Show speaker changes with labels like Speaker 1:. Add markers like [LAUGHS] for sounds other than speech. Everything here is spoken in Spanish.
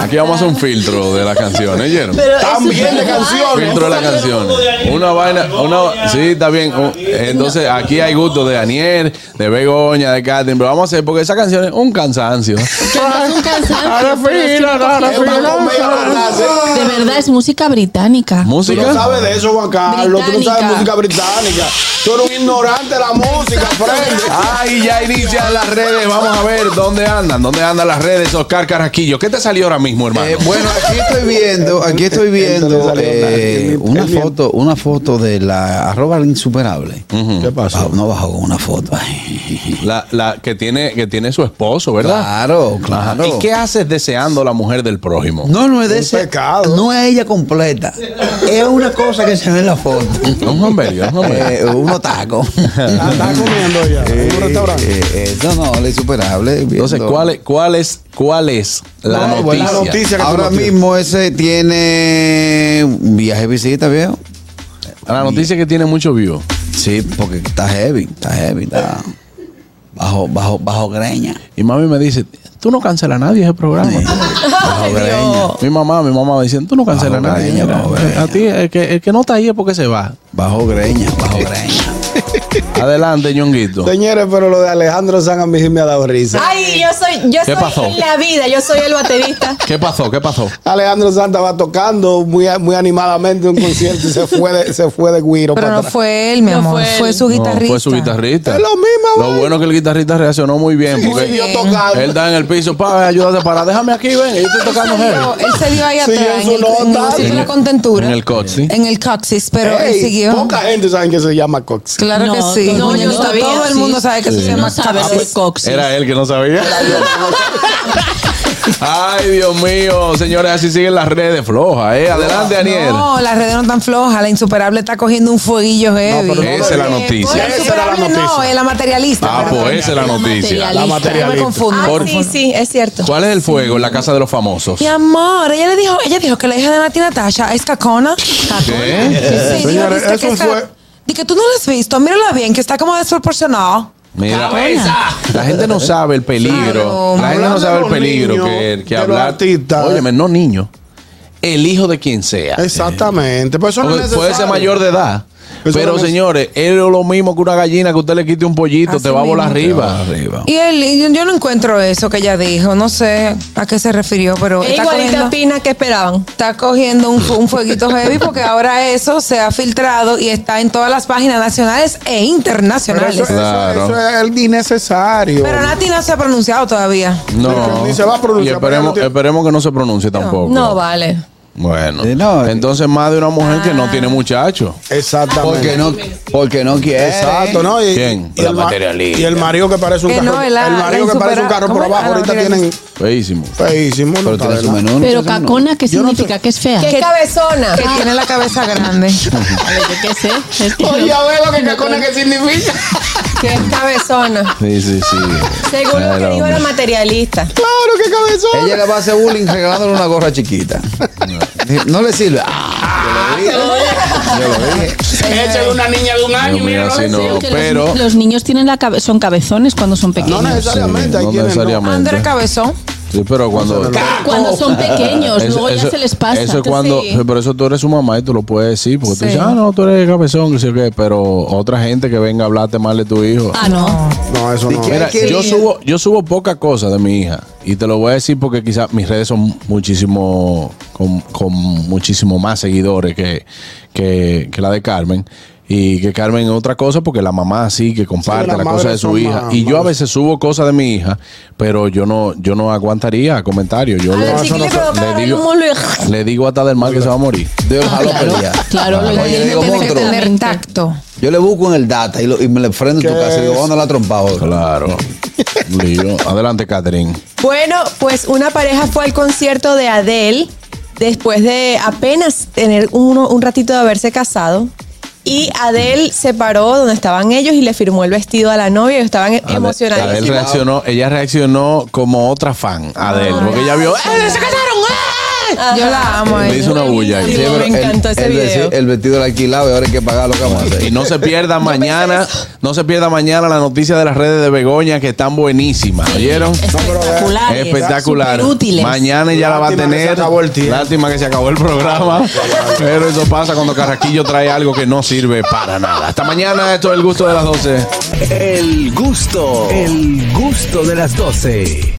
Speaker 1: Aquí vamos a hacer un filtro de las canciones, ¿eh, Jero?
Speaker 2: También de canciones.
Speaker 1: Filtro de las canciones. Una vaina, una, sí, está bien. Un- Entonces, aquí hay gusto de Daniel, de Begoña, de Katyn, pero vamos a hacer, porque esa canción es un cansancio.
Speaker 3: Es un cansancio,
Speaker 1: Ahora
Speaker 3: pero es
Speaker 1: fila,
Speaker 3: que no
Speaker 1: ahora
Speaker 3: coge-
Speaker 1: fila.
Speaker 3: De verdad, es música británica.
Speaker 2: Tú
Speaker 1: Música.
Speaker 2: no sabes de eso, Juan Carlos. Tú no sabes
Speaker 3: Británica.
Speaker 2: música británica. Tú eres un ignorante de la
Speaker 4: [LAUGHS]
Speaker 2: música, Fred.
Speaker 1: Ay, ya inician las redes. Vamos a ver dónde andan, dónde andan las redes, Oscar Carrasquillo. ¿Qué te salió ahora mismo, hermano?
Speaker 5: Eh, bueno, aquí estoy viendo, aquí estoy viendo eh, una foto, una foto de la arroba la insuperable.
Speaker 2: ¿Qué
Speaker 5: Ah, No bajó con una foto. Ay,
Speaker 1: la, la que tiene, que tiene su esposo, ¿verdad?
Speaker 5: Claro,
Speaker 1: Ajá.
Speaker 5: claro.
Speaker 1: ¿Y qué haces deseando la mujer del prójimo?
Speaker 5: No, no es de
Speaker 2: Un
Speaker 5: ese.
Speaker 2: pecado.
Speaker 5: No es ella completa. Es una cosa que se ve en la foto.
Speaker 1: No, hombre, Dios, hombre.
Speaker 5: Eh, unos tacos.
Speaker 2: Ah, Está comiendo ya. En un restaurante.
Speaker 5: Eh, eh, no, no, la insuperable.
Speaker 1: Entonces,
Speaker 5: viendo-
Speaker 1: ¿cuál es, cuál es, cuál es la
Speaker 5: No,
Speaker 1: noticia?
Speaker 5: bueno,
Speaker 2: Ah, la noticia que tú
Speaker 5: Ahora
Speaker 2: nos tienes.
Speaker 5: mismo ese tiene un viaje de visita, viejo.
Speaker 1: La noticia es que tiene mucho view.
Speaker 5: Sí, porque está heavy, está heavy, está bajo, bajo, bajo greña.
Speaker 1: Y mami me dice, tú no cancelas a nadie ese programa.
Speaker 5: Bajo greña.
Speaker 1: Mi mamá, mi mamá me dice, tú no
Speaker 2: Ah,
Speaker 1: cancelas a
Speaker 5: Bajo
Speaker 1: nadie.
Speaker 5: greña,
Speaker 1: mira,
Speaker 5: bajo greña.
Speaker 1: a ti, el que, el que no está ahí es porque se va.
Speaker 5: Bajo greña, bajo greña.
Speaker 1: Adelante, ñonguito.
Speaker 2: Señores, pero lo de Alejandro San a mí sí me ha dado risa.
Speaker 3: Ay, yo soy, yo
Speaker 1: ¿Qué
Speaker 3: soy
Speaker 1: pasó?
Speaker 3: la vida, yo soy el
Speaker 6: [LAUGHS]
Speaker 3: baterista.
Speaker 1: ¿Qué pasó? ¿Qué pasó?
Speaker 2: Alejandro Santa va tocando muy, muy animadamente un concierto y se fue de, se fue de Guiro
Speaker 4: Pero
Speaker 2: para
Speaker 4: no
Speaker 2: atrás.
Speaker 4: fue él, mi
Speaker 3: No
Speaker 4: amor.
Speaker 3: fue
Speaker 4: Fue,
Speaker 3: él.
Speaker 4: su
Speaker 1: No,
Speaker 4: guitarrista.
Speaker 1: fue su guitarrista.
Speaker 2: Es lo mismo,
Speaker 1: Lo
Speaker 2: güey.
Speaker 1: bueno es que el guitarrista reaccionó muy bien.
Speaker 2: Y
Speaker 1: Porque
Speaker 2: siguió tocando.
Speaker 1: él da en el piso, pa, ayúdate para, déjame aquí, ven. Yo estoy tocando
Speaker 4: Él se
Speaker 1: heavy.
Speaker 4: dio- él se dio ahí
Speaker 2: Sí,
Speaker 4: atrás,
Speaker 2: en
Speaker 4: en
Speaker 2: su
Speaker 4: el, en el
Speaker 2: nota.
Speaker 4: sitio de
Speaker 1: En
Speaker 4: la
Speaker 1: el-
Speaker 4: contentura.
Speaker 1: en el coxis.
Speaker 4: En el coxis, pero
Speaker 2: Ey,
Speaker 4: él siguió.
Speaker 2: Poca gente sabe que se llama Cox.
Speaker 4: Claro que
Speaker 3: No,
Speaker 4: sí.
Speaker 3: no, yo
Speaker 4: muñequito,
Speaker 3: sabía,
Speaker 4: todo el
Speaker 3: sí.
Speaker 4: mundo sabe que eso se llama
Speaker 1: Ah,
Speaker 3: No sabes
Speaker 4: coxis.
Speaker 1: pues,
Speaker 3: el coxis.
Speaker 1: Era él que no sabía. [LAUGHS] Ay, Dios mío, señores, así siguen las redes flojas, ¿eh? Adelante, Daniel.
Speaker 4: No, las redes no están flojas. La insuperable está cogiendo un fueguillo heavy.
Speaker 2: pero
Speaker 1: Esa es la
Speaker 4: Bueno,
Speaker 1: noticia.
Speaker 2: Esa
Speaker 4: la
Speaker 2: era
Speaker 4: insuperable
Speaker 2: la
Speaker 4: no,
Speaker 2: noticia.
Speaker 4: es la materialista.
Speaker 1: Ah,
Speaker 4: perdón.
Speaker 1: pues esa es la noticia.
Speaker 2: La
Speaker 4: Yo me
Speaker 2: materialista.
Speaker 4: confundo.
Speaker 3: Ah,
Speaker 4: me
Speaker 3: sí,
Speaker 4: confundo.
Speaker 3: sí, es cierto.
Speaker 1: ¿Cuál es el fuego en la casa de los famosos?
Speaker 4: Mi amor, ella le dijo, ella dijo que la hija de Nati Natasha es cacona.
Speaker 1: ¿Eh? ¿Qué?
Speaker 4: Sí, dijo,
Speaker 2: Señores,
Speaker 4: dice
Speaker 2: eso
Speaker 4: que es ca-
Speaker 2: fue-
Speaker 4: Di que tú no la has visto, mírala bien, que está como desproporcionado.
Speaker 1: Mira, la gente no sabe el peligro.
Speaker 4: Claro.
Speaker 1: La gente no
Speaker 2: Hablando
Speaker 1: sabe
Speaker 2: de
Speaker 1: el
Speaker 2: los
Speaker 1: peligro
Speaker 2: niños,
Speaker 1: que, que
Speaker 2: de los
Speaker 1: hablar.
Speaker 2: artistas.
Speaker 1: Óyeme, no niño. El hijo de quien sea.
Speaker 2: Exactamente. Pues eso no
Speaker 1: Porque
Speaker 2: es
Speaker 1: puede ser
Speaker 2: necesario.
Speaker 1: mayor de edad.
Speaker 2: Eso
Speaker 1: pero
Speaker 2: no es-
Speaker 1: señores, es lo mismo que una gallina que usted le quite un pollito,
Speaker 4: Así
Speaker 1: te va a volar
Speaker 4: mismo.
Speaker 1: arriba.
Speaker 5: Arriba.
Speaker 4: Y él, y yo no encuentro eso que ella dijo, no sé a qué se refirió, pero
Speaker 3: Es
Speaker 4: está
Speaker 3: igualita
Speaker 4: cogiendo,
Speaker 3: Pina que esperaban.
Speaker 4: está cogiendo un, fu- un fueguito heavy porque ahora eso se ha filtrado y está en todas las páginas nacionales e
Speaker 2: Pero eso,
Speaker 4: internacionales.
Speaker 2: eso-
Speaker 1: Claro.
Speaker 2: eso es el innecesario.
Speaker 4: Pero Nati no se ha pronunciado todavía.
Speaker 1: No.
Speaker 2: [LAUGHS] Ni se va a pronunciar,
Speaker 1: Y esperemos,
Speaker 2: pero ya no tiene-
Speaker 1: esperemos que no se pronuncie tampoco.
Speaker 3: No, vale.
Speaker 1: Bueno.
Speaker 5: Sí, no.
Speaker 1: Entonces, más de una mujer que
Speaker 6: Ah.
Speaker 1: no tiene muchacho.
Speaker 2: Exactamente.
Speaker 5: Porque no, porque no quiere.
Speaker 2: Exacto, ¿no? Y,
Speaker 1: ¿Quién?
Speaker 2: y
Speaker 1: La
Speaker 2: el ma-
Speaker 1: materialista.
Speaker 2: Y el marido que parece un
Speaker 4: Eh. Que
Speaker 2: carro.
Speaker 4: no,
Speaker 2: el
Speaker 4: la-
Speaker 2: marido
Speaker 4: la
Speaker 2: que parece un
Speaker 4: insupera-
Speaker 2: carro por
Speaker 4: ¿cómo es?
Speaker 2: abajo.
Speaker 4: Ah, la
Speaker 2: Ahorita tienen
Speaker 4: materialista.
Speaker 1: Feísimo.
Speaker 2: feísimo. no
Speaker 5: Pero
Speaker 2: está
Speaker 5: tiene su
Speaker 2: verdad.
Speaker 5: menú. no
Speaker 6: Pero
Speaker 5: tiene su menú.
Speaker 6: cacona, ¿qué significa? Que es fea.
Speaker 3: Qué cabezona.
Speaker 4: Que tiene la cabeza grande.
Speaker 6: Ay, yo ¿Qué sé? Es que
Speaker 2: Oye,
Speaker 6: no-
Speaker 2: a ver lo que cacona que significa.
Speaker 3: Que es cabezona.
Speaker 1: Sí, sí, sí.
Speaker 3: Según lo que dijo la materialista.
Speaker 2: Claro, qué cabezón.
Speaker 5: Ella le va a hacer bullying regalándole una gorra chiquita. No le sirve. Ah, yo lo dije. Yo lo dije.
Speaker 2: Échale una niña de un
Speaker 1: Dios mío, así no.
Speaker 6: que los-
Speaker 1: Pero.
Speaker 6: los, niños tienen la cabe- son cabezones cuando son pequeños.
Speaker 2: No necesariamente, hay
Speaker 1: no
Speaker 2: quienes no.
Speaker 4: André
Speaker 1: necesariamente.
Speaker 4: Cabezón.
Speaker 1: Sí, pero cuando.
Speaker 6: Cuando son pequeños,
Speaker 1: Eso-
Speaker 6: luego
Speaker 1: eso-
Speaker 6: ya se les pasa.
Speaker 1: Eso es cuando,
Speaker 6: Sí.
Speaker 1: por eso tú eres su mamá y tú lo puedes decir, porque tú
Speaker 4: Sí.
Speaker 1: dices, ah, no, tú eres cabezón, que sé yo qué, pero otra gente que venga a hablarte mal de tu hijo.
Speaker 6: Ah, no.
Speaker 2: No, eso no.
Speaker 1: Mira, yo subo, yo subo poca cosa de mi hija y te lo voy a decir porque quizás mis redes son muchísimo, con, con muchísimo más seguidores que, que, que la de Carmen. Y que Carmen es otra cosa porque la mamá sí que comparte
Speaker 2: las
Speaker 1: la
Speaker 2: madres
Speaker 1: cosa de su
Speaker 2: son
Speaker 1: hija.
Speaker 2: más-
Speaker 1: y yo a
Speaker 2: más-
Speaker 1: veces subo cosas de mi hija, pero yo no, yo no aguantaría comentarios. Yo
Speaker 3: A
Speaker 1: lo-
Speaker 3: la chiquita le provoca
Speaker 1: le
Speaker 3: agarrarle
Speaker 1: digo-
Speaker 3: un muslo y-
Speaker 1: le digo hasta del mal que se va a
Speaker 3: [LAUGHS]
Speaker 1: morir.
Speaker 5: Yo lo
Speaker 6: Ah,
Speaker 5: jalo a
Speaker 6: claro,
Speaker 5: pelear.
Speaker 6: claro,
Speaker 5: Oye,
Speaker 6: lo
Speaker 5: Ah, le
Speaker 6: imagino,
Speaker 5: digo,
Speaker 4: Tiene que
Speaker 5: monstruo,
Speaker 4: tener tacto.
Speaker 5: Yo le busco en el data y, lo- y me le freno en tu
Speaker 2: ¿Qué
Speaker 5: casa y digo,
Speaker 2: es?
Speaker 5: vamos a la trompa ahora.
Speaker 1: Claro. Lío. Adelante, Catherine.
Speaker 3: Bueno, pues una pareja fue al concierto de Adele después de apenas tener uno, un ratito de haberse casado. Y Adele se paró donde estaban ellos y le firmó el vestido a la novia. Y estaban emocionados.
Speaker 1: Adele reaccionó, ella reaccionó como otra fan, Adele, porque ella vio, ¡Eh, se casaron! ¡Eh!
Speaker 4: Yo la amo a
Speaker 1: Le hizo
Speaker 4: ella.
Speaker 1: una bulla ahí.
Speaker 3: Sí, pero me encantó ese
Speaker 5: el,
Speaker 3: video.
Speaker 5: vestido- el vestido era alquilado y ahora hay que pagar lo que vamos a hacer.
Speaker 1: Y no se pierda mañana, no se pierda mañana la noticia de las redes de Begoña que están buenísimas, ¿oyeron?
Speaker 6: Espectacular.
Speaker 1: Espectacular.
Speaker 6: Útiles.
Speaker 1: Mañana ya la va a
Speaker 2: Lástima que
Speaker 1: tener.
Speaker 2: se acabó el tiempo.
Speaker 1: Lástima que se acabó el programa. Pero eso pasa cuando Carraquillo trae algo que no sirve para nada. Hasta mañana, esto es el gusto de las 12.
Speaker 7: El gusto, el gusto de las 12.